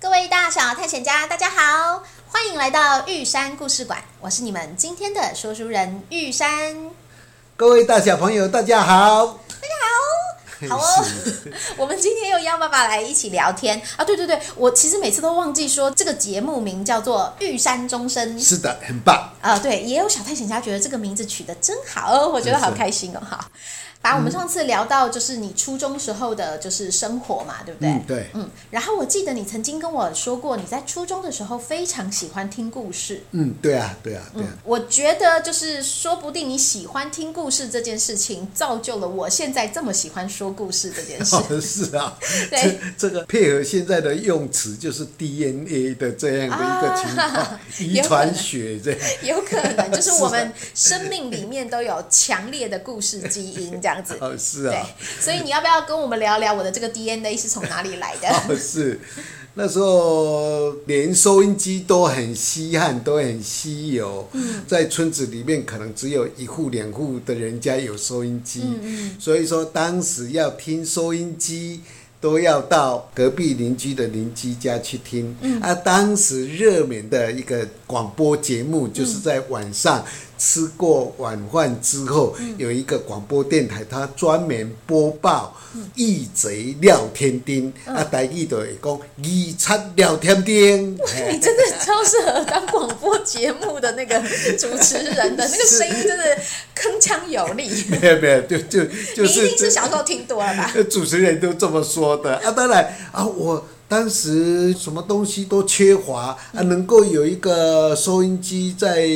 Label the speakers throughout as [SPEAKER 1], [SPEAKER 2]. [SPEAKER 1] 各位大小探险家，大家好，欢迎来到玉山故事馆，我是你们今天的说书人玉山。
[SPEAKER 2] 各位大小朋友，大家好。
[SPEAKER 1] 好哦， 我们今天又邀爸爸来一起聊天啊！对对对，我其实每次都忘记说这个节目名叫做《玉山终身》
[SPEAKER 2] 是的，很棒。
[SPEAKER 1] 啊、对，也有小探险家觉得这个名字取得真好哦，我觉得好开心哦，好。反正我们上次聊到就是你初中时候的就是生活嘛，对不对？
[SPEAKER 2] 嗯，对，
[SPEAKER 1] 嗯，然后我记得你曾经跟我说过，你在初中的时候非常喜欢听故事。
[SPEAKER 2] 嗯，对啊，对啊，对啊。
[SPEAKER 1] 我觉得就是说不定你喜欢听故事这件事情，造就了我现在这么喜欢说故事这件事。
[SPEAKER 2] 哦， 是啊，
[SPEAKER 1] 嗯对
[SPEAKER 2] 这这个配合现在的用词，就是 DNA 的这样的一个情况，遗
[SPEAKER 1] 有可能
[SPEAKER 2] 传学这样。
[SPEAKER 1] 有可能就是我们生命里面都有强烈的故事基因这样子。
[SPEAKER 2] 哦，是
[SPEAKER 1] 对
[SPEAKER 2] 啊，，
[SPEAKER 1] 所以你要不要跟我们聊聊我的这个 DNA 是从哪里来的？
[SPEAKER 2] 哦， 是。那时候连收音机都很稀罕，都很稀有。在村子里面，可能只有一户两户的人家有收音机，所以说当时要听收音机，都要到隔壁邻居的邻居家去听。啊，当时热门的一个广播节目，就是在晚上吃过晚饭之后，有一个广播电台，它专门播报义贼廖天丁，
[SPEAKER 1] 嗯
[SPEAKER 2] 啊，台语就会讲义贼廖天丁。嘿
[SPEAKER 1] 你真的超适合当广播节目的那个主持人的，那个声音真的铿锵有力。
[SPEAKER 2] 没有没有，就就就
[SPEAKER 1] 你一
[SPEAKER 2] 是
[SPEAKER 1] 定是小时候听多了吧？
[SPEAKER 2] 主持人都这么说的啊。当然啊，我当时什么东西都缺乏啊，能够有一个收音机在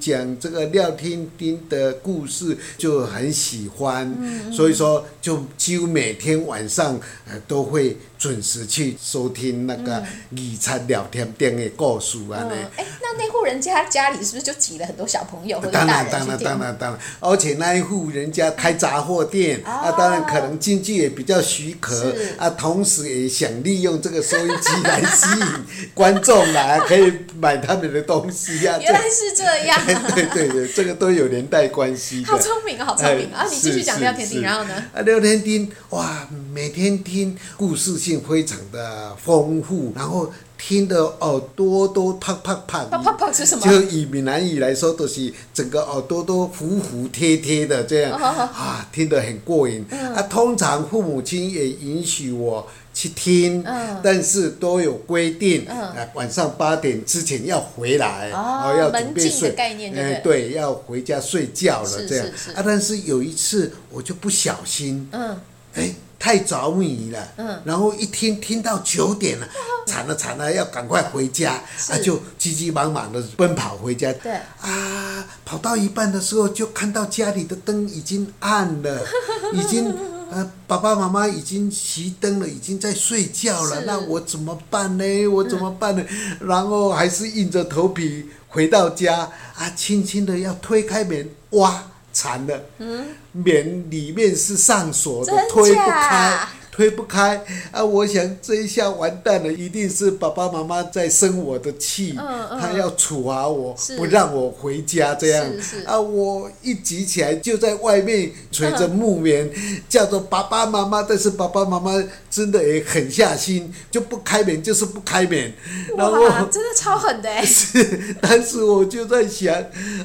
[SPEAKER 2] 讲这个廖天丁的故事，就很喜欢。所以说，就几乎每天晚上呃都会准时去收听那个理财聊天店的故事啊。
[SPEAKER 1] 嗯
[SPEAKER 2] 呢。，
[SPEAKER 1] 哎，那那户人家家里是不是就挤了很多小朋友或者
[SPEAKER 2] 当
[SPEAKER 1] 大
[SPEAKER 2] 然，
[SPEAKER 1] 人
[SPEAKER 2] 当
[SPEAKER 1] 去
[SPEAKER 2] 然，
[SPEAKER 1] 听
[SPEAKER 2] 当？然，当然，而且那一户人家开杂货店、啊，当然可能经济也比较许可
[SPEAKER 1] 哦是
[SPEAKER 2] 啊，同时也想利用这个收音机来吸引观 众来可以买他们的东西啊，
[SPEAKER 1] 原来是这样，
[SPEAKER 2] 这 对对对，这个都有连带关系的。
[SPEAKER 1] 好聪明，哦，好聪明
[SPEAKER 2] 哎
[SPEAKER 1] 啊！你继续讲
[SPEAKER 2] 是
[SPEAKER 1] 廖天丁，
[SPEAKER 2] 是
[SPEAKER 1] 然后呢？
[SPEAKER 2] 啊，廖天丁哇，每天听故事性非常的丰富，然后听的耳朵都啪啪啪，
[SPEAKER 1] 啪啪啪是什么？
[SPEAKER 2] 就以闽南语来说，都是整个耳朵都服服帖帖的这样
[SPEAKER 1] 哦好嗯好
[SPEAKER 2] 啊，听得很过瘾。啊，通常父母亲也允许我去听，
[SPEAKER 1] 嗯
[SPEAKER 2] 但是都有规定，
[SPEAKER 1] 嗯
[SPEAKER 2] 啊，晚上八点之前要回来，
[SPEAKER 1] 哦
[SPEAKER 2] 要准
[SPEAKER 1] 门
[SPEAKER 2] 备
[SPEAKER 1] 禁的
[SPEAKER 2] 睡，
[SPEAKER 1] 概念对不
[SPEAKER 2] 哎对，要回家睡觉了
[SPEAKER 1] 是
[SPEAKER 2] 这样
[SPEAKER 1] 是是。
[SPEAKER 2] 啊，但是有一次我就不小心，
[SPEAKER 1] 嗯，
[SPEAKER 2] 哎，太着迷了，
[SPEAKER 1] 嗯
[SPEAKER 2] 然后一听听到九点 了，惨了惨了，要赶快回家，
[SPEAKER 1] 是
[SPEAKER 2] 啊，就急急忙忙的奔跑回家，
[SPEAKER 1] 对
[SPEAKER 2] 啊，跑到一半的时候就看到家里的灯已经暗 了，已经。呃，爸爸妈妈已经熄灯了，已经在睡觉了
[SPEAKER 1] 是，嗯
[SPEAKER 2] 那我怎么办呢？我怎么办呢？然后还是硬着头皮回到家啊，轻轻的要推开门，哇，惨了，嗯，门里面是上锁的
[SPEAKER 1] 真，
[SPEAKER 2] 推不开
[SPEAKER 1] 假，
[SPEAKER 2] 推不开啊！我想这一下完蛋了，一定是爸爸妈妈在生我的气，
[SPEAKER 1] 嗯嗯
[SPEAKER 2] 他要处罚我
[SPEAKER 1] 是，
[SPEAKER 2] 不让我回家这样
[SPEAKER 1] 是是
[SPEAKER 2] 啊！我一急起来就在外面捶着木棉，叫着爸爸妈妈，但是爸爸妈妈真的也狠下心，就不开门就是不开门，然后
[SPEAKER 1] 哇，真的超狠的 哎！
[SPEAKER 2] 当时我就在想，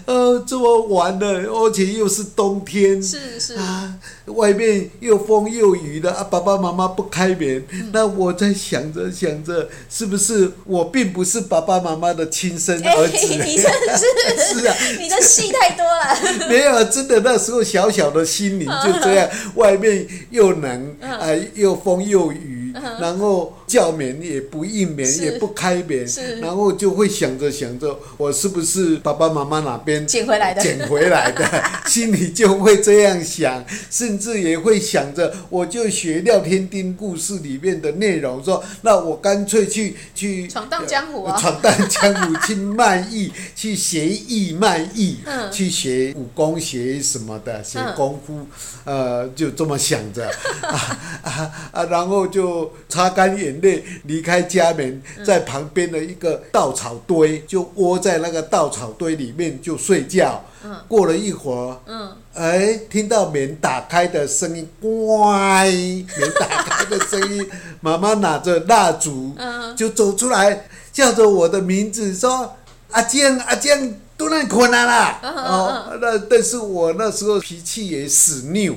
[SPEAKER 2] 呃，这么晚了，而且又是冬天，
[SPEAKER 1] 是是，
[SPEAKER 2] 啊，外面又风又雨的啊，爸爸妈妈不开门，
[SPEAKER 1] 嗯
[SPEAKER 2] 那我在想着想着，是不是我并不是爸爸妈妈的亲生
[SPEAKER 1] 哎，
[SPEAKER 2] 儿子？
[SPEAKER 1] 你真的是，
[SPEAKER 2] 啊 是啊，
[SPEAKER 1] 你的戏太多了。
[SPEAKER 2] 没有，真的那时候小小的
[SPEAKER 1] 嗯
[SPEAKER 2] 心灵就这样，外面又冷啊、又风又雨，然后叫眠，也不应眠，
[SPEAKER 1] 是
[SPEAKER 2] 也不开眠
[SPEAKER 1] 是，
[SPEAKER 2] 然后就会想着想着，我是不是爸爸妈妈哪边
[SPEAKER 1] 捡回来的
[SPEAKER 2] 捡回来 的，心里就会这样想，甚至也会想着，我就学《廖天丁》故事里面的内容，说那我干脆去去
[SPEAKER 1] 闯荡江湖啊
[SPEAKER 2] 呃闯荡江湖去卖 艺，去学艺卖艺，
[SPEAKER 1] 嗯
[SPEAKER 2] 去学武功，学什么的，学
[SPEAKER 1] 嗯
[SPEAKER 2] 功夫，呃，就这么想着啊啊啊，然后就擦干眼泪离开家门，
[SPEAKER 1] 嗯
[SPEAKER 2] 在旁边的一个稻草堆就窝在那个稻草堆里面就睡觉。过了一会儿，
[SPEAKER 1] 嗯，
[SPEAKER 2] 哎，听到门打开的声音，乖，门打开的声音， 妈妈拿着蜡烛，
[SPEAKER 1] 嗯
[SPEAKER 2] 就走出来，叫着我的名字说：“阿健，阿健，都那困难啦。”
[SPEAKER 1] 嗯嗯
[SPEAKER 2] 哦，那但是我那时候脾气也死 拗，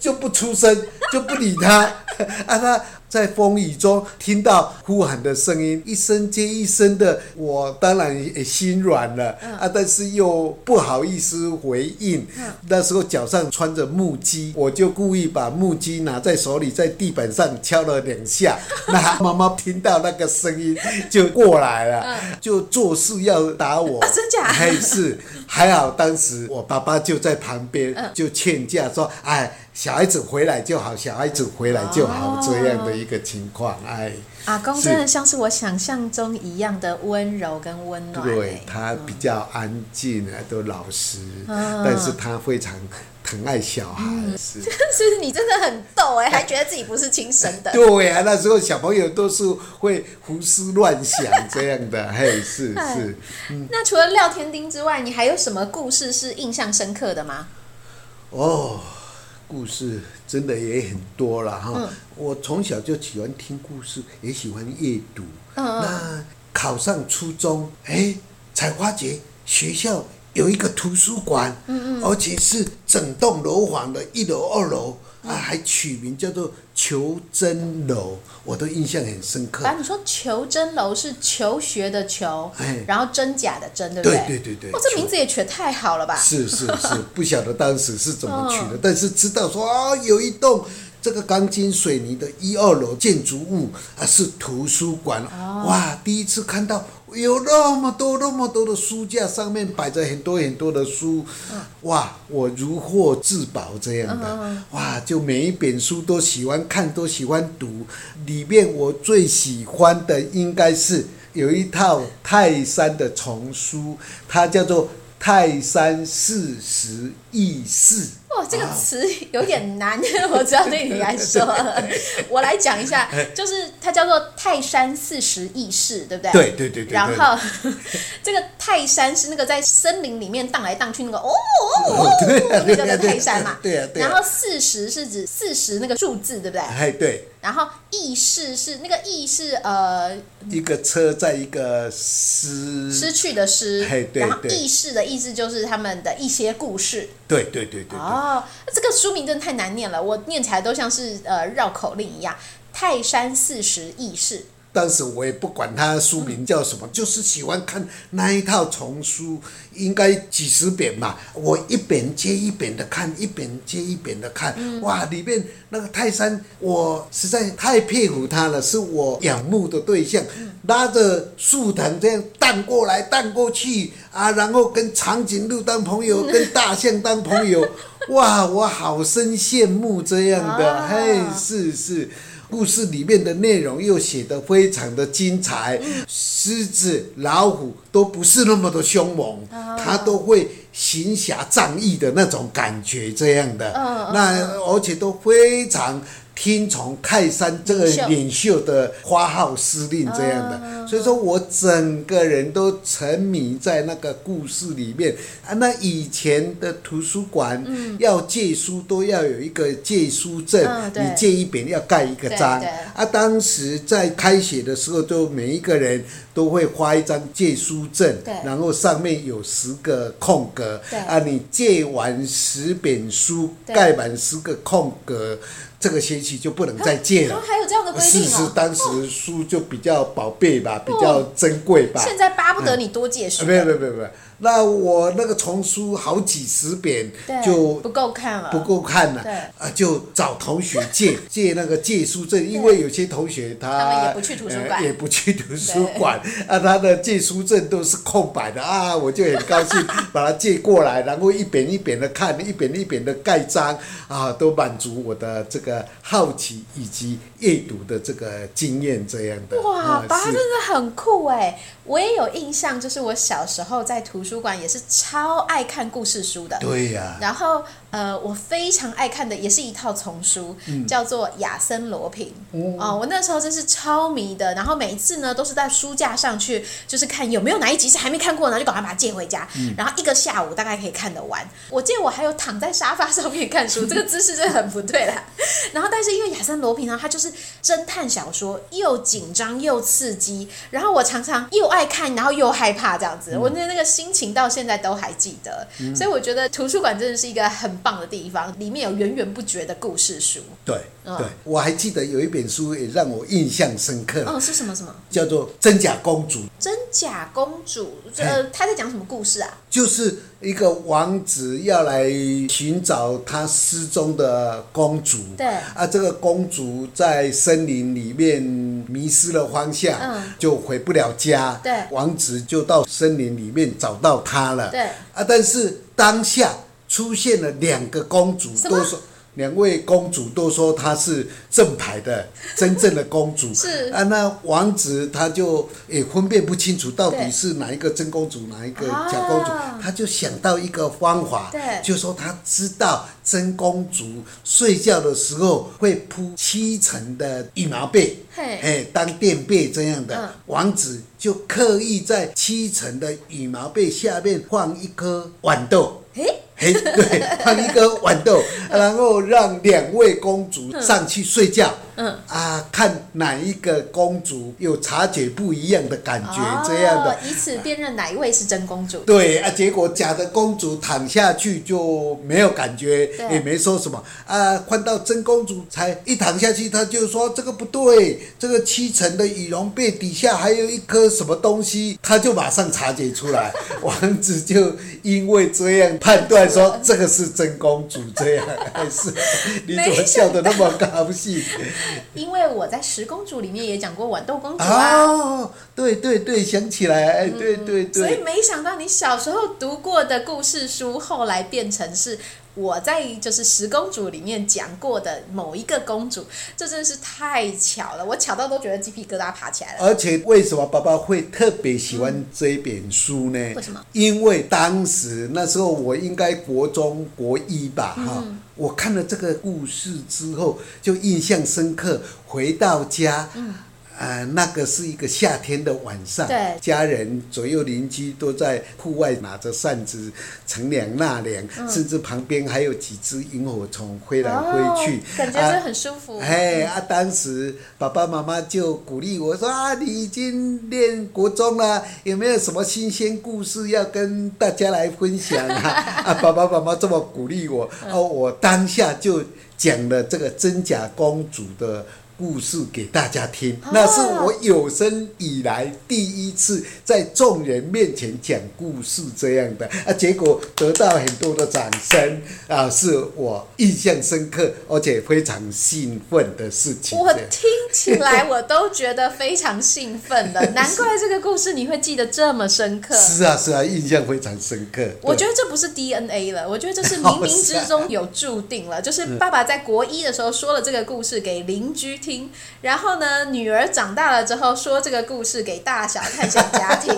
[SPEAKER 2] 就不出声，就不理他。 啊，他在风雨中听到呼喊的声音，一声接一声的，我当然也心软了、
[SPEAKER 1] 嗯
[SPEAKER 2] 啊，但是又不好意思回应。那时候脚上穿着木屐，我就故意把木屐拿在手里，在地板上敲了两 下。那妈妈听到那个声音就过来了，就做事要打我。
[SPEAKER 1] 嗯啊真假
[SPEAKER 2] 嘿是，还好当时我爸爸就在旁边，
[SPEAKER 1] 嗯
[SPEAKER 2] 就劝架说：“哎，小孩子回来就好，小孩子回来就好。
[SPEAKER 1] 哦
[SPEAKER 2] 这样的一个情况，哎，
[SPEAKER 1] 阿公
[SPEAKER 2] 是
[SPEAKER 1] 真的像是我想象中一样的温柔跟温暖、
[SPEAKER 2] 对
[SPEAKER 1] 欸。
[SPEAKER 2] 他比较安静啊，都老实，
[SPEAKER 1] 嗯
[SPEAKER 2] 但是他非常疼爱小孩，是。
[SPEAKER 1] 是你真的很逗哎、还觉得自己不是亲生的。
[SPEAKER 2] 对呀、那时候小朋友都是会胡思乱想这样的，嘿，是
[SPEAKER 1] 哎
[SPEAKER 2] 是。
[SPEAKER 1] 那除了廖天丁之外，你还有什么故事是印象深刻的吗？
[SPEAKER 2] 哦，故事真的也很多了哈。
[SPEAKER 1] 嗯
[SPEAKER 2] 我从小就喜欢听故事，也喜欢阅读。
[SPEAKER 1] 嗯嗯
[SPEAKER 2] 那考上初中，哎，才发觉学校有一个图书馆，嗯嗯而且是整栋楼房的一楼、二楼。啊，还取名叫做求真楼，我都印象很深刻。
[SPEAKER 1] 反正你说求真楼是求学的求，
[SPEAKER 2] 哎
[SPEAKER 1] 然后真假的真，对不
[SPEAKER 2] 对
[SPEAKER 1] 对
[SPEAKER 2] 对对对
[SPEAKER 1] 哇，这
[SPEAKER 2] 求
[SPEAKER 1] 名字也取得太好了吧？
[SPEAKER 2] 是是是，不晓得当时是怎么取的，但是知道说啊，有一栋这个钢筋水泥的一二楼建筑物啊是图书馆，哇，第一次看到。有那么多那么多的书架，上面摆着很多很多的书，哇！我如获至宝这样的，哇！就每一本书都喜欢看，都喜欢读。里面我最喜欢的应该是有一套泰山的丛书，它叫做泰山四十易事。
[SPEAKER 1] 哇，这个词有点难， 我知道对你来 说，我来讲一下，
[SPEAKER 2] 哎
[SPEAKER 1] 就是它叫做泰山四十义士，对不对？
[SPEAKER 2] 对对对对对
[SPEAKER 1] 然后 这个泰山是那个在森林里面荡来荡去那个哦哦哦，
[SPEAKER 2] 对啊
[SPEAKER 1] 那个叫
[SPEAKER 2] 对
[SPEAKER 1] 做
[SPEAKER 2] 啊对啊
[SPEAKER 1] 泰山嘛。
[SPEAKER 2] 对啊对啊
[SPEAKER 1] 然后四十是指四十那个数字，对不对？
[SPEAKER 2] 哎，对，
[SPEAKER 1] 然后义士是那个义是呃
[SPEAKER 2] 一个车在一个诗，
[SPEAKER 1] 失去的失
[SPEAKER 2] 嘿，嗯哎对
[SPEAKER 1] 然后
[SPEAKER 2] 对
[SPEAKER 1] 义士的意思就是他们的一些故事。
[SPEAKER 2] 对对对对对，
[SPEAKER 1] 哦，那这个书名真的太难念了，我念起来都像是呃绕口令一样。泰山四十义士，
[SPEAKER 2] 当时我也不管它书名叫什么，就是喜欢看那一套丛书，应该几十本吧，我一本接一本的看，一本接一本的看，哇，里面那个泰山，我实在太佩服他了，是我仰慕的对象，拉着树藤这样荡过来荡过去啊，然后跟长颈鹿当朋友，跟大象当朋友，哇，我好生羡慕这样的，
[SPEAKER 1] 啊
[SPEAKER 2] 嘿，哎是是，故事里面的内容又写得非常的精彩，
[SPEAKER 1] 嗯
[SPEAKER 2] 狮子、老虎都不是那么的凶猛，
[SPEAKER 1] 嗯
[SPEAKER 2] 它都会行侠仗义的那种感觉，这样的，
[SPEAKER 1] 嗯
[SPEAKER 2] 那而且都非常。听从泰山这个
[SPEAKER 1] 领袖
[SPEAKER 2] 领袖的花号司令这样
[SPEAKER 1] 嗯
[SPEAKER 2] 的，所以说我整个人都沉迷在那个故事里面啊。那以前的图书馆要借书都要有一个借书证
[SPEAKER 1] 嗯，
[SPEAKER 2] 你
[SPEAKER 1] 对
[SPEAKER 2] 借一本要盖一个章
[SPEAKER 1] 对对
[SPEAKER 2] 啊。当时在开学的时候，就每一个人都会发一张借书证
[SPEAKER 1] 对，
[SPEAKER 2] 然后上面有十个空格
[SPEAKER 1] 对
[SPEAKER 2] 啊，你借完十本书，
[SPEAKER 1] 对
[SPEAKER 2] 盖满十个空格，这个学期就不能再借
[SPEAKER 1] 然
[SPEAKER 2] 了
[SPEAKER 1] 后。还有这样的规
[SPEAKER 2] 事
[SPEAKER 1] 定
[SPEAKER 2] 实
[SPEAKER 1] 哦。
[SPEAKER 2] 当时书就比较宝贝吧，比较珍贵吧。
[SPEAKER 1] 现在巴不得你多借书
[SPEAKER 2] 啊，没有没有没有没有，那我那个丛书好几十本，
[SPEAKER 1] 对，
[SPEAKER 2] 就
[SPEAKER 1] 不够看了，
[SPEAKER 2] 不够看了、
[SPEAKER 1] 对
[SPEAKER 2] 啊，就找同学 借借那个借书证，因为有些同学他
[SPEAKER 1] 他们也不去图书馆
[SPEAKER 2] 呃也不去图书馆啊，他的借书证都是空白的啊，我就很高兴把它借过来， 然后一本一本的看，一本一本的盖章啊，都满足我的这个好奇以及阅读的这个经验这样的。
[SPEAKER 1] 哇，
[SPEAKER 2] 啊
[SPEAKER 1] 爸
[SPEAKER 2] 是
[SPEAKER 1] 真的很酷哎！我也有印象，就是我小时候在图书馆也是超爱看故事书的。
[SPEAKER 2] 对呀、
[SPEAKER 1] 然后呃，我非常爱看的也是一套丛书，叫做《亚森罗平》哦，我那时候真是超迷的。然后每一次呢，都是在书架上去，就是看有没有哪一集是还没看过，然后就赶快把它借回家。然后一个下午大概可以看得完。我记得我还有躺在沙发上面看书，这个姿势真的很不对啦。然后，但是因为亚森罗平呢，他就是侦探小说，又紧张又刺激。然后我常常又爱看，然后又害怕这样
[SPEAKER 2] 嗯
[SPEAKER 1] 子。我的那个心情到现在都还记得，所以我觉得图书馆真的是一个很棒的地方，里面有源源不绝的故事书。
[SPEAKER 2] 对
[SPEAKER 1] 嗯
[SPEAKER 2] 对，我还记得有一本书也让我印象深刻，
[SPEAKER 1] 嗯，是什么什么
[SPEAKER 2] 叫做《真假公主》。
[SPEAKER 1] 真假公主？
[SPEAKER 2] 哎
[SPEAKER 1] 呃，他在讲什么故事啊？
[SPEAKER 2] 就是一个王子要来寻找他失踪的公主。
[SPEAKER 1] 对
[SPEAKER 2] 啊，这个公主在森林里面迷失了方向，
[SPEAKER 1] 嗯
[SPEAKER 2] 就回不了家。
[SPEAKER 1] 对
[SPEAKER 2] 王子就到森林里面找到她了。
[SPEAKER 1] 对
[SPEAKER 2] 啊，但是当下出现了两个公主，
[SPEAKER 1] 什么
[SPEAKER 2] 都说。两位公主都说她是正牌 的，真正的公主
[SPEAKER 1] 是
[SPEAKER 2] 啊，那王子他就也分辨不清楚到
[SPEAKER 1] 对
[SPEAKER 2] 底是哪一个真公主，哪一个假公主，
[SPEAKER 1] 啊
[SPEAKER 2] 他就想到一个方法，
[SPEAKER 1] 对
[SPEAKER 2] 就说他知道真公主睡觉的时候会铺七层的羽毛被，
[SPEAKER 1] 嘿
[SPEAKER 2] 哎，当垫被这样的。
[SPEAKER 1] 嗯
[SPEAKER 2] 王子就刻意在七层的羽毛被下面放一颗豌豆。
[SPEAKER 1] 诶，
[SPEAKER 2] 嘿，对， 放一个豌豆，然后让两位公主上去睡觉。
[SPEAKER 1] 嗯
[SPEAKER 2] 啊，看哪一个公主有察觉不一样的感觉，这样的
[SPEAKER 1] 哦。，以此辨认哪一位是真公主。
[SPEAKER 2] 对啊，结果假的公主躺下去就没有感觉
[SPEAKER 1] 对，
[SPEAKER 2] 也没说什么啊。换到真公主才一躺下去，她就说这个不对，这个七层的羽绒被底下还有一颗什么东西，她就马上察觉出来。 王子就因为这样判断说这个是真公主，这样是你怎么笑得那么高兴？
[SPEAKER 1] 因为我在《十公主》里面也讲过豌豆公主啊。
[SPEAKER 2] 哦，对对对，想起来，哎，对对
[SPEAKER 1] 所以
[SPEAKER 2] 对，
[SPEAKER 1] 没想到你小时候读过的故事书，后来变成是我在就是《十公主》里面讲过的某一个公主，这真是太巧了，我巧到都觉得鸡皮疙瘩爬起来了。
[SPEAKER 2] 而且为什么爸爸会特别喜欢这一本书呢？
[SPEAKER 1] 嗯为什么？
[SPEAKER 2] 因为当时那时候我应该国中国一吧，哈、
[SPEAKER 1] 嗯
[SPEAKER 2] 我看了这个故事之后就印象深刻，回到家。呃，那个是一个夏天的晚上，
[SPEAKER 1] 嗯对
[SPEAKER 2] 家人左右邻居都在户外拿着扇子乘凉纳凉，
[SPEAKER 1] 嗯
[SPEAKER 2] 甚至旁边还有几只萤火虫飞来飞去
[SPEAKER 1] 哦，感觉
[SPEAKER 2] 啊
[SPEAKER 1] 是很舒服。
[SPEAKER 2] 哎啊，当时爸爸妈妈就鼓励我说啊，你已经念国中了，有没有什么新鲜故事要跟大家来分享啊？ 啊，爸爸妈妈这么鼓励我，
[SPEAKER 1] 嗯
[SPEAKER 2] 哦、我当下就讲了这个真假公主的。故事给大家听，
[SPEAKER 1] 哦
[SPEAKER 2] 那是我有生以来第一次在众人面前讲故事这样的啊，结果得到很多的掌声啊，是我印象深刻而且非常兴奋的事情。
[SPEAKER 1] 我
[SPEAKER 2] 这样
[SPEAKER 1] 听起来我都觉得非常兴奋了，难怪这个故事你会记得这么深刻。
[SPEAKER 2] 是啊是啊，印象非常深刻。
[SPEAKER 1] 我觉
[SPEAKER 2] 对
[SPEAKER 1] 得这不是 DNA 了，我觉得这是冥冥之中有注定了。
[SPEAKER 2] 嗯
[SPEAKER 1] 就是爸爸在国一的时候说了这个故事给邻居听，然后呢，女儿长大了之后说这个故事给大小探险家 听，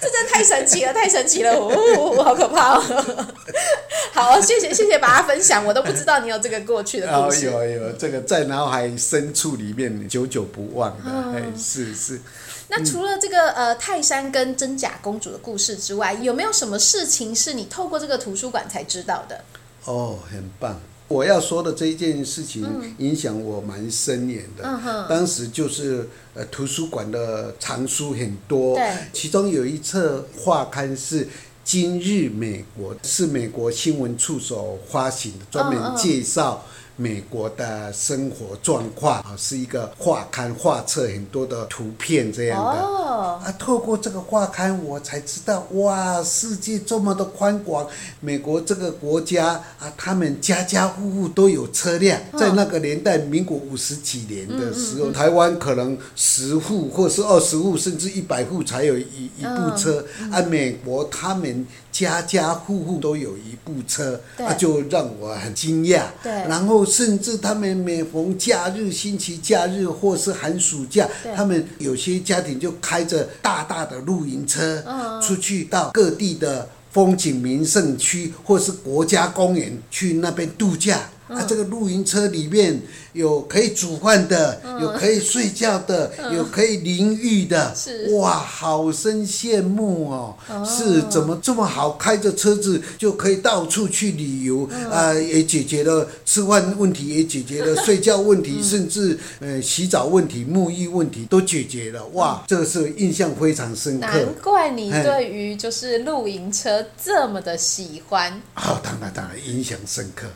[SPEAKER 1] 这真的太神奇了，太神奇了，哦，好可怕哦！ 好，谢谢谢谢把它分享，我都不知道你有这个过去的故
[SPEAKER 2] 哦，
[SPEAKER 1] 事。
[SPEAKER 2] 有有，这个在脑海深处里面久久不忘的，
[SPEAKER 1] 哦
[SPEAKER 2] 哎、是是。
[SPEAKER 1] 那除了这个呃泰山跟真假公主的故事之外，有没有什么事情是你透过这个图书馆才知道的？
[SPEAKER 2] 哦，很棒！我要说的这一件事情影响我蛮深远的。
[SPEAKER 1] 嗯哼
[SPEAKER 2] 当时就是呃，图书馆的藏书很多
[SPEAKER 1] 对，
[SPEAKER 2] 其中有一册画刊是《今日美国》，是美国新闻处所发行的，专
[SPEAKER 1] 嗯嗯
[SPEAKER 2] 门介绍。美国的生活状况啊，是一个画刊画册很多的图片这样的，
[SPEAKER 1] 哦哦，
[SPEAKER 2] 啊，透过这个画刊，我才知道哇，世界这么的宽广，美国这个国家啊，他们家家户户都有车辆。
[SPEAKER 1] 嗯
[SPEAKER 2] 在那个年代，民国五十几年的时候，台湾可能十户或是二十户，甚至一百户才有一一部车。
[SPEAKER 1] 嗯
[SPEAKER 2] 啊，美国他们家家户户都有一部车，
[SPEAKER 1] 对
[SPEAKER 2] 啊，就让我很惊讶。
[SPEAKER 1] 对
[SPEAKER 2] 然后甚至他们每逢假日、星期假日或是寒暑假
[SPEAKER 1] 对，
[SPEAKER 2] 他们有些家庭就开着大大的露营车，
[SPEAKER 1] 嗯
[SPEAKER 2] 出去到各地的风景名胜区或是国家公园去那边度假。
[SPEAKER 1] 嗯
[SPEAKER 2] 啊，这个露营车里面有可以煮饭的，
[SPEAKER 1] 嗯
[SPEAKER 2] 有可以睡觉的，有可以淋浴的，
[SPEAKER 1] 是
[SPEAKER 2] 哇，好生羡慕哦！是怎么这么好，开着车子就可以到处去旅游啊、也解决了吃饭问题，也解决了睡觉问题，甚至呃洗澡问题、沐浴问题都解决了。哇，这个是印象非常深刻。
[SPEAKER 1] 难怪你
[SPEAKER 2] 嘿
[SPEAKER 1] 对于就是露营车这么的喜欢。
[SPEAKER 2] 好、哦当然当然，印象深刻。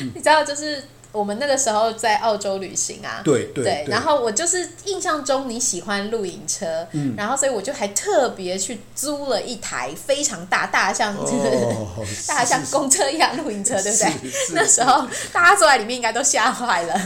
[SPEAKER 2] 嗯
[SPEAKER 1] 你知道，就是我们那个时候在澳洲旅行啊，
[SPEAKER 2] 对对对
[SPEAKER 1] 然后我就是印象中你喜欢露营车，
[SPEAKER 2] 嗯
[SPEAKER 1] 然后所以我就还特别去租了一台非常大，大象。
[SPEAKER 2] 哦
[SPEAKER 1] 大家像
[SPEAKER 2] 是
[SPEAKER 1] 公车一样露营车，对不对
[SPEAKER 2] 是是？是
[SPEAKER 1] 那时候大家坐在里面应该都吓坏了。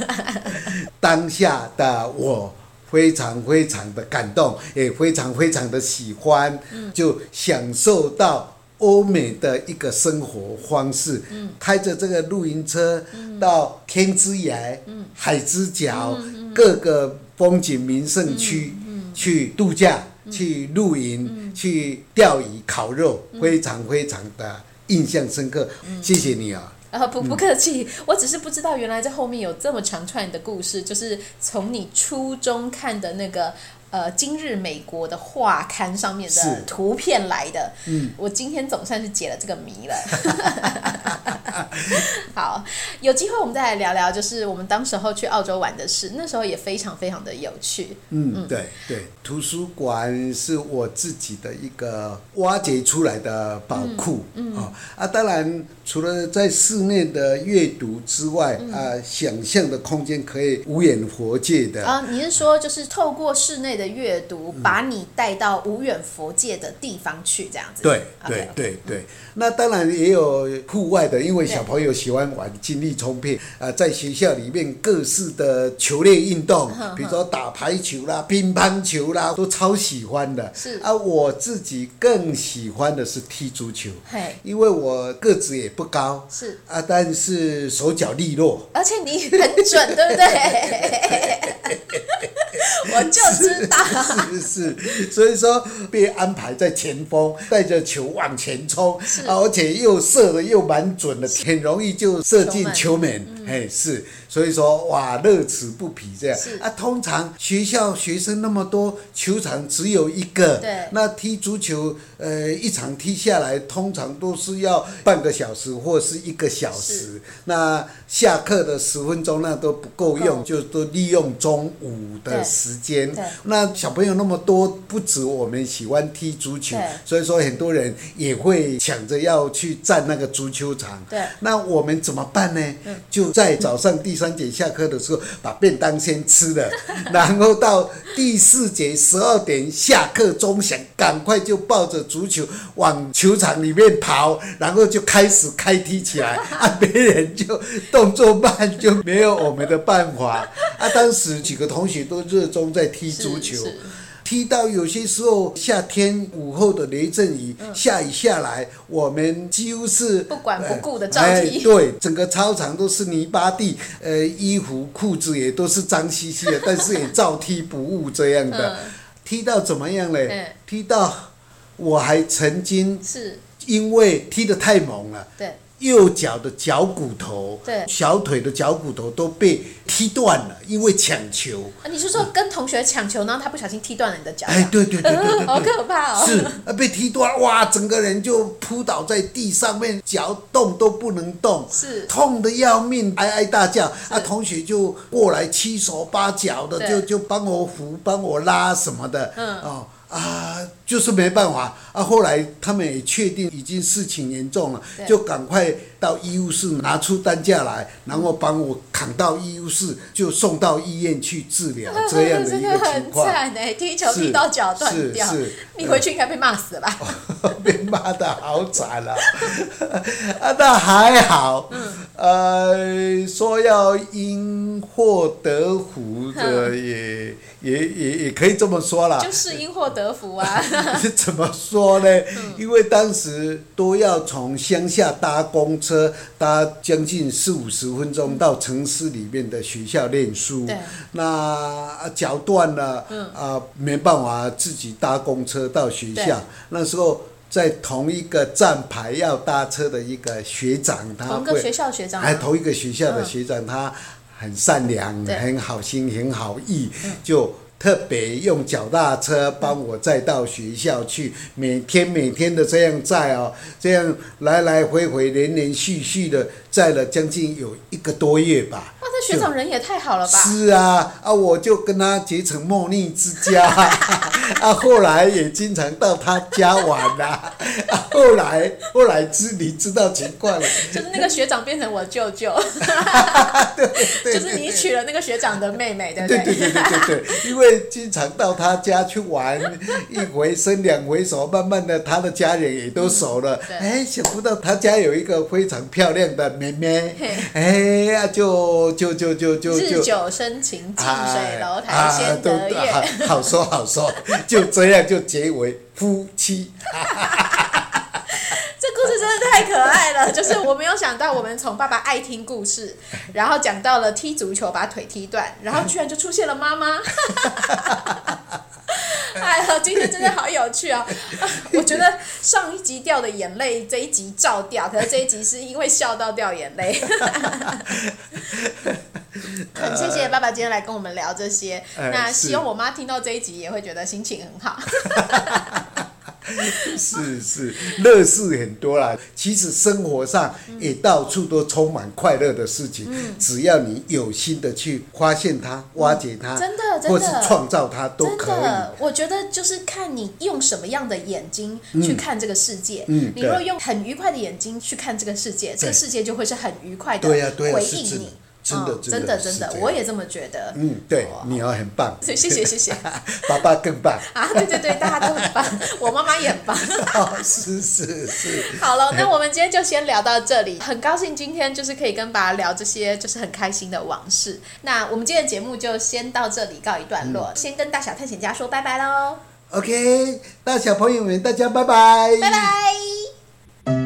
[SPEAKER 2] 当下的我非常非常的感动，也非常非常的喜欢，就享受到欧美的一个生活方式。开着这个露营车到天之涯、海之角、各个风景名胜区去度假、去露营、去钓鱼、烤肉，非常非常的印象深刻。谢谢你啊！
[SPEAKER 1] 然后呃不不客气，我只是不知道原来这后面有这么长串的故事，就是从你初中看的那个呃《今日美国》的画刊上面的
[SPEAKER 2] 是
[SPEAKER 1] 图片来的。嗯，我今天总算是解了这个谜了。 好，有机会我们再来聊聊，就是我们当时候去澳洲玩的事，那时候也非常非常的有趣。
[SPEAKER 2] 嗯，对对，图书馆是我自己的一个挖掘出来的宝库啊啊！当然，除了在室内的阅读之外，啊，想象的空间可以无远佛界的。
[SPEAKER 1] 啊，你是说就是透过室内的阅读，
[SPEAKER 2] 嗯
[SPEAKER 1] 把你带到无远佛界的地方去，这样子？
[SPEAKER 2] 对
[SPEAKER 1] OK，
[SPEAKER 2] 对对对，那当然也有户外的，因为
[SPEAKER 1] 对
[SPEAKER 2] 小朋友喜欢玩，精力充沛啊，在学校里面各式的球类运动，
[SPEAKER 1] 嗯
[SPEAKER 2] 比如说打排球啦、乒乓球啦，都超喜欢的。
[SPEAKER 1] 是
[SPEAKER 2] 啊，我自己更喜欢的是踢足球。
[SPEAKER 1] 嘿，
[SPEAKER 2] 因为我个子也不高
[SPEAKER 1] 是，
[SPEAKER 2] 啊，但是手脚利落。
[SPEAKER 1] 而且你很准，对不对？我就知道，
[SPEAKER 2] 是是，所以说被安排在前锋，带着球往前冲，啊而且又射的又蛮准的，很容易就射进球门。
[SPEAKER 1] 嗯
[SPEAKER 2] 哎、是，所以说哇，乐此不疲这样
[SPEAKER 1] 是。
[SPEAKER 2] 啊，通常学校学生那么多，球场只有一个，
[SPEAKER 1] 对
[SPEAKER 2] 那踢足球，呃，一场踢下来，通常都是要半个小时或是一个小时。那下课的十分钟那都不够用，
[SPEAKER 1] 够
[SPEAKER 2] 就都利用中午
[SPEAKER 1] 对
[SPEAKER 2] 的时间
[SPEAKER 1] 对。
[SPEAKER 2] 那小朋友那么多，不止我们喜欢踢足球
[SPEAKER 1] 对，
[SPEAKER 2] 所以说很多人也会抢着要去占那个足球场。
[SPEAKER 1] 对嗯
[SPEAKER 2] 那我们怎么办呢？就在早上第三节下课的时候，把便当先吃了， 然后到第四节十二点下课钟响，赶快就抱着足球往球场里面跑，然后就开始开踢起来。 啊，别人就动作慢，就没有我们的办法。啊，当时几个同学都热衷在踢足球。
[SPEAKER 1] 是是
[SPEAKER 2] 踢到有些时候，夏天午后的雷阵雨，下雨下来，我们几乎是
[SPEAKER 1] 不管不顾地
[SPEAKER 2] 呃
[SPEAKER 1] 照踢
[SPEAKER 2] 哎对，整个操场都是泥巴地，呃，衣服裤子也都是脏兮兮的，但是也照踢不误这样的。踢到怎么样
[SPEAKER 1] 嗯
[SPEAKER 2] 嘞？踢到我还曾经
[SPEAKER 1] 是，
[SPEAKER 2] 因为踢得太猛了，
[SPEAKER 1] 对，
[SPEAKER 2] 右脚的脚骨头
[SPEAKER 1] 对、
[SPEAKER 2] 小腿的脚骨头都被踢断了，因为抢球。
[SPEAKER 1] 啊你是说跟同学抢球，然后他不小心踢断了你的脚？
[SPEAKER 2] 哎，对对对对对
[SPEAKER 1] 好可怕哦！
[SPEAKER 2] 是啊，被踢断，哇，整个人就扑倒在地上面，脚动都不能动，
[SPEAKER 1] 是
[SPEAKER 2] 痛得要命，哀哀大叫。啊，同学就过来七手八脚的，
[SPEAKER 1] 对
[SPEAKER 2] 就就帮我扶，帮我拉什么的。嗯，哦啊，就是没办法啊。后来他们也确定已经事情严重了，
[SPEAKER 1] 对
[SPEAKER 2] 就赶快到医务室拿出担架来，然后帮我扛到医务室，就送到医院去治 疗这样的
[SPEAKER 1] 真
[SPEAKER 2] 一
[SPEAKER 1] 的
[SPEAKER 2] 个情
[SPEAKER 1] 很
[SPEAKER 2] 况。
[SPEAKER 1] 惨哎，踢球
[SPEAKER 2] 是
[SPEAKER 1] 踢到脚断
[SPEAKER 2] 是
[SPEAKER 1] 掉
[SPEAKER 2] 是，
[SPEAKER 1] 你回去应该被骂死了吧？
[SPEAKER 2] 被骂的好惨啊！ 啊，那还好，
[SPEAKER 1] 嗯
[SPEAKER 2] 呃，说要因祸得福的也也也也可以这么说啦。
[SPEAKER 1] 嗯就是因祸得福啊！
[SPEAKER 2] 是 怎么说呢？因为当时都要从乡下搭公车，搭将近四五十分钟到城市里面的学校念书
[SPEAKER 1] 对。嗯
[SPEAKER 2] 那啊脚断了，啊没办法自己搭公车到学
[SPEAKER 1] 对
[SPEAKER 2] 校。那时候在同一个站牌要搭车的一个学长，他
[SPEAKER 1] 同个
[SPEAKER 2] 会
[SPEAKER 1] 学校学长
[SPEAKER 2] 还
[SPEAKER 1] 吗，
[SPEAKER 2] 同一个学校的学长，他很善良、
[SPEAKER 1] 嗯对
[SPEAKER 2] 很好心、很好意，就特别用脚踏车帮我载到学校去，每天每天的这样载哦，这样来来回回、连连续续的载了将近有一个多月吧。
[SPEAKER 1] 哇，这学长人也太好了吧！
[SPEAKER 2] 是啊，啊，我就跟他结成莫逆之交啊， 啊，后来也经常到他家玩啦、啊，后来后来知你知道情况了，
[SPEAKER 1] 就是那个学长变成我舅舅，
[SPEAKER 2] 对
[SPEAKER 1] 就是你娶了那个学长的妹妹，对不
[SPEAKER 2] 对
[SPEAKER 1] 对？
[SPEAKER 2] 对对对对 对，因为经常到他家去玩，一回生两回熟，慢慢的他的家人也都熟了。
[SPEAKER 1] 嗯对
[SPEAKER 2] 哎，想不到他家有一个非常漂亮的妹妹
[SPEAKER 1] 嘿，
[SPEAKER 2] 哎呀，就就就就就
[SPEAKER 1] 日
[SPEAKER 2] 就。
[SPEAKER 1] 久生情，近
[SPEAKER 2] 哎
[SPEAKER 1] 水楼台先得
[SPEAKER 2] 啊
[SPEAKER 1] 月。
[SPEAKER 2] 都啊好说好说，就这样就结为夫妻。
[SPEAKER 1] 这故事真的太可爱了， 就是我没有想到，我们从爸爸爱听故事，然后讲到了踢足球把腿踢断，然后居然就出现了妈妈。 哎呀，今天真的好有趣啊！ 我觉得上一集掉的眼泪，这一集照掉，可是这一集是因为笑到掉眼泪。 很谢谢爸爸今天来跟我们聊这些，
[SPEAKER 2] 哎
[SPEAKER 1] 那
[SPEAKER 2] 是
[SPEAKER 1] 希望我妈听到这一集也会觉得心情很好。
[SPEAKER 2] 是是，乐事很多啦。其实生活上也到处都充满快乐的事情，
[SPEAKER 1] 嗯
[SPEAKER 2] 只要你有心的去发现它、挖掘它，
[SPEAKER 1] 真的真的
[SPEAKER 2] 或是创造它都
[SPEAKER 1] 真
[SPEAKER 2] 可以。
[SPEAKER 1] 的，我觉得就是看你用什么样的眼睛去看这个世界。
[SPEAKER 2] 嗯
[SPEAKER 1] 你
[SPEAKER 2] 对
[SPEAKER 1] 如果用很愉快的眼睛去看这个世界，这个
[SPEAKER 2] 对
[SPEAKER 1] 世界就会是很愉快的
[SPEAKER 2] 对呀对呀
[SPEAKER 1] 回
[SPEAKER 2] 是
[SPEAKER 1] 应
[SPEAKER 2] 真的
[SPEAKER 1] 你。
[SPEAKER 2] 真的
[SPEAKER 1] 嗯
[SPEAKER 2] 真
[SPEAKER 1] 真
[SPEAKER 2] 的
[SPEAKER 1] 真
[SPEAKER 2] 是
[SPEAKER 1] 的
[SPEAKER 2] 这，样
[SPEAKER 1] 我也这么觉得。
[SPEAKER 2] 嗯，对
[SPEAKER 1] 哇，
[SPEAKER 2] 你要很棒，
[SPEAKER 1] 所以 谢谢谢 谢
[SPEAKER 2] 爸爸更棒。
[SPEAKER 1] 啊！对对对，大家都很棒， 我妈妈也很棒。
[SPEAKER 2] 哦，是是是，
[SPEAKER 1] 好了，那我们今天就先聊到这里。很高兴今天就是可以跟爸爸聊这些就是很开心的往事。那我们今天的节目就先到这里告一段
[SPEAKER 2] 嗯
[SPEAKER 1] 落，先跟大小探险家说拜拜喽，
[SPEAKER 2] OK，那小朋友们，大家拜拜，
[SPEAKER 1] 拜拜。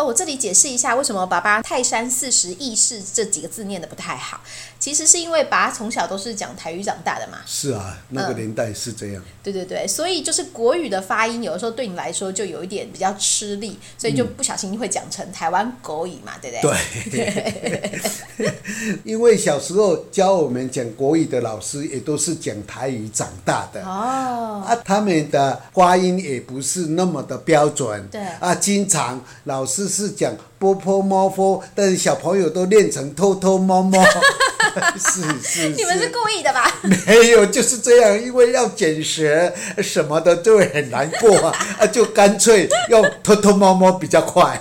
[SPEAKER 1] 哦，我这里解释一下，为什么爸爸“泰山四十义士”这几个字念的不太好，其实是因为爸从小都是讲台语长大的嘛。
[SPEAKER 2] 是啊，那个年代是这样。
[SPEAKER 1] 对对对，所以就是国语的发音，有的时候对你来说就有一点比较吃力，所以就不小心会讲成台湾狗语嘛，对不对？
[SPEAKER 2] 对， 因为小时候教我们讲国语的老师也都是讲台语长大的。
[SPEAKER 1] 哦，
[SPEAKER 2] 啊，他们的发音也不是那么的标准，
[SPEAKER 1] 对
[SPEAKER 2] 啊，经常老师是讲波波摸波，但是小朋友都练成偷偷 摸摸，是是
[SPEAKER 1] 你们是
[SPEAKER 2] 是，
[SPEAKER 1] 故意的吧？
[SPEAKER 2] 没有就是这样，因为要减舌什么的就会很难过啊，啊就干脆用偷偷摸摸比 较快，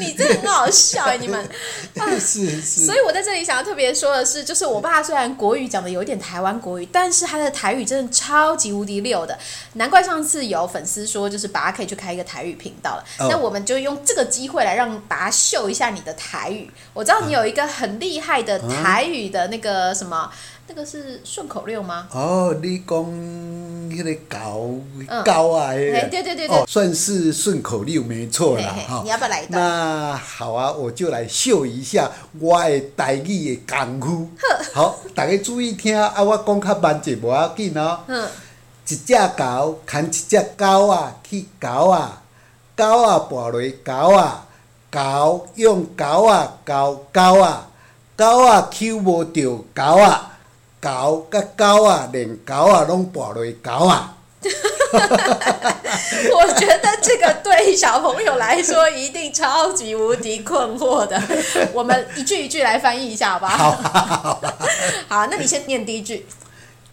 [SPEAKER 1] 你这很好笑哎，你们。
[SPEAKER 2] 是是。
[SPEAKER 1] 所以我在这里想要特别说的是，就是我爸虽然国语讲的有一点台湾国语，但是他的台语真的超级无敌溜的，难怪上次有粉丝说，就是爸可以去开一个台语频道了。
[SPEAKER 2] 哦
[SPEAKER 1] 那我们就用这个机会来让爸秀一下你的台语。我知道你有一个很厉害的台语的那个什么，那个是顺口溜吗？
[SPEAKER 2] 哦，你讲迄个狗
[SPEAKER 1] 嗯
[SPEAKER 2] 狗啊，迄
[SPEAKER 1] 哎
[SPEAKER 2] 个，
[SPEAKER 1] 对对对对
[SPEAKER 2] 哦，算是顺口溜没错啦
[SPEAKER 1] 嘿嘿
[SPEAKER 2] 哈
[SPEAKER 1] 你。要不要来一段？
[SPEAKER 2] 那好啊，我就来秀一下我的台语的功夫。好，大家注意听啊，我讲较慢者无要紧哦。
[SPEAKER 1] 嗯，
[SPEAKER 2] 一只狗牵一只狗啊，去狗啊，狗啊跋落狗啊，狗用狗啊狗狗啊，狗啊揪无着狗啊，猴甲狗啊，连狗啊拢跋落狗啊。
[SPEAKER 1] 我觉得这个对小朋友来说一定超级无敌困惑的。我们一句一句来翻译一下，好不好？ 好，那你先念第一句。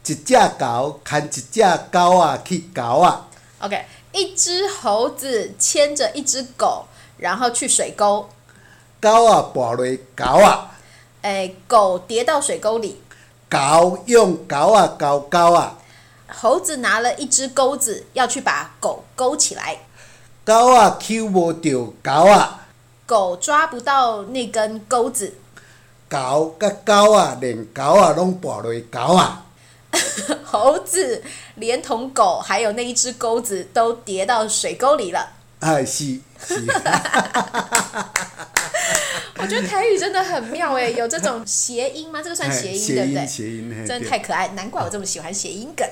[SPEAKER 2] 一只狗牵一只狗啊去狗啊，
[SPEAKER 1] OK，一只猴子牵着一只狗，然后去水沟，
[SPEAKER 2] 狗啊跋落狗啊，
[SPEAKER 1] 哎，狗跌到水沟里，
[SPEAKER 2] 狗用狗啊搞狗啊，
[SPEAKER 1] 猴子拿了一只钩子要去把狗勾起来，
[SPEAKER 2] 狗啊揪无着狗啊，
[SPEAKER 1] 狗抓不到那根钩子。
[SPEAKER 2] 狗甲狗啊连狗啊拢跋落狗啊，
[SPEAKER 1] 猴子连同狗还有那一只钩子都跌到水沟里了。
[SPEAKER 2] 哎是是，
[SPEAKER 1] 我觉得台语真的很妙 哎，有这种谐音吗？这个算谐音对
[SPEAKER 2] 哎谐
[SPEAKER 1] 不对？
[SPEAKER 2] 音谐音，嘿
[SPEAKER 1] 真的
[SPEAKER 2] 对
[SPEAKER 1] 太可爱，难怪我这么喜欢谐音梗。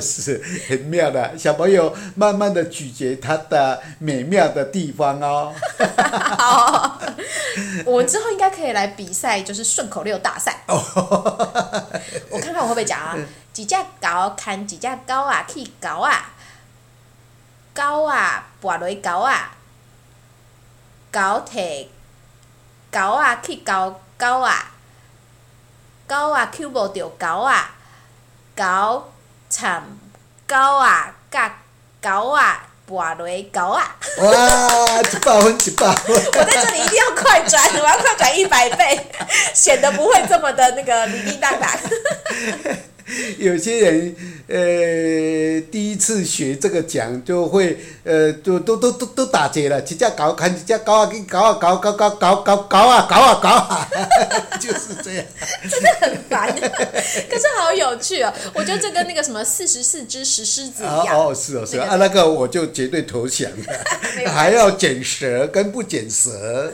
[SPEAKER 2] 是 很妙的，小朋友慢慢的咀嚼它的美妙的地方哦。
[SPEAKER 1] 好， 我之后应该可以来比赛，就是顺口溜大赛。 我看看我会不会讲啊？几架高看几架高啊，去高啊，高啊，跋落高啊，高摕高啊去高高啊，高啊捡无着高啊，高惨高啊，甲高啊跋落高啊。
[SPEAKER 2] 哇，一百分，一百分，
[SPEAKER 1] 我在这里一定要快转，我要快转一百倍， 显得不会这么的那个理理当当。
[SPEAKER 2] 有些人呃第一次学这个讲就会呃就都都都都打结了，一只狗砍一只狗啊，跟狗啊狗狗狗狗狗狗啊狗啊狗啊， 就是这样。
[SPEAKER 1] 真的很烦， 可是好有趣哦！我觉得这跟那个什么四十四只石狮子一样。
[SPEAKER 2] 哦哦是哦是哦啊，那个我就绝对投降了，还要剪舌跟不剪舌。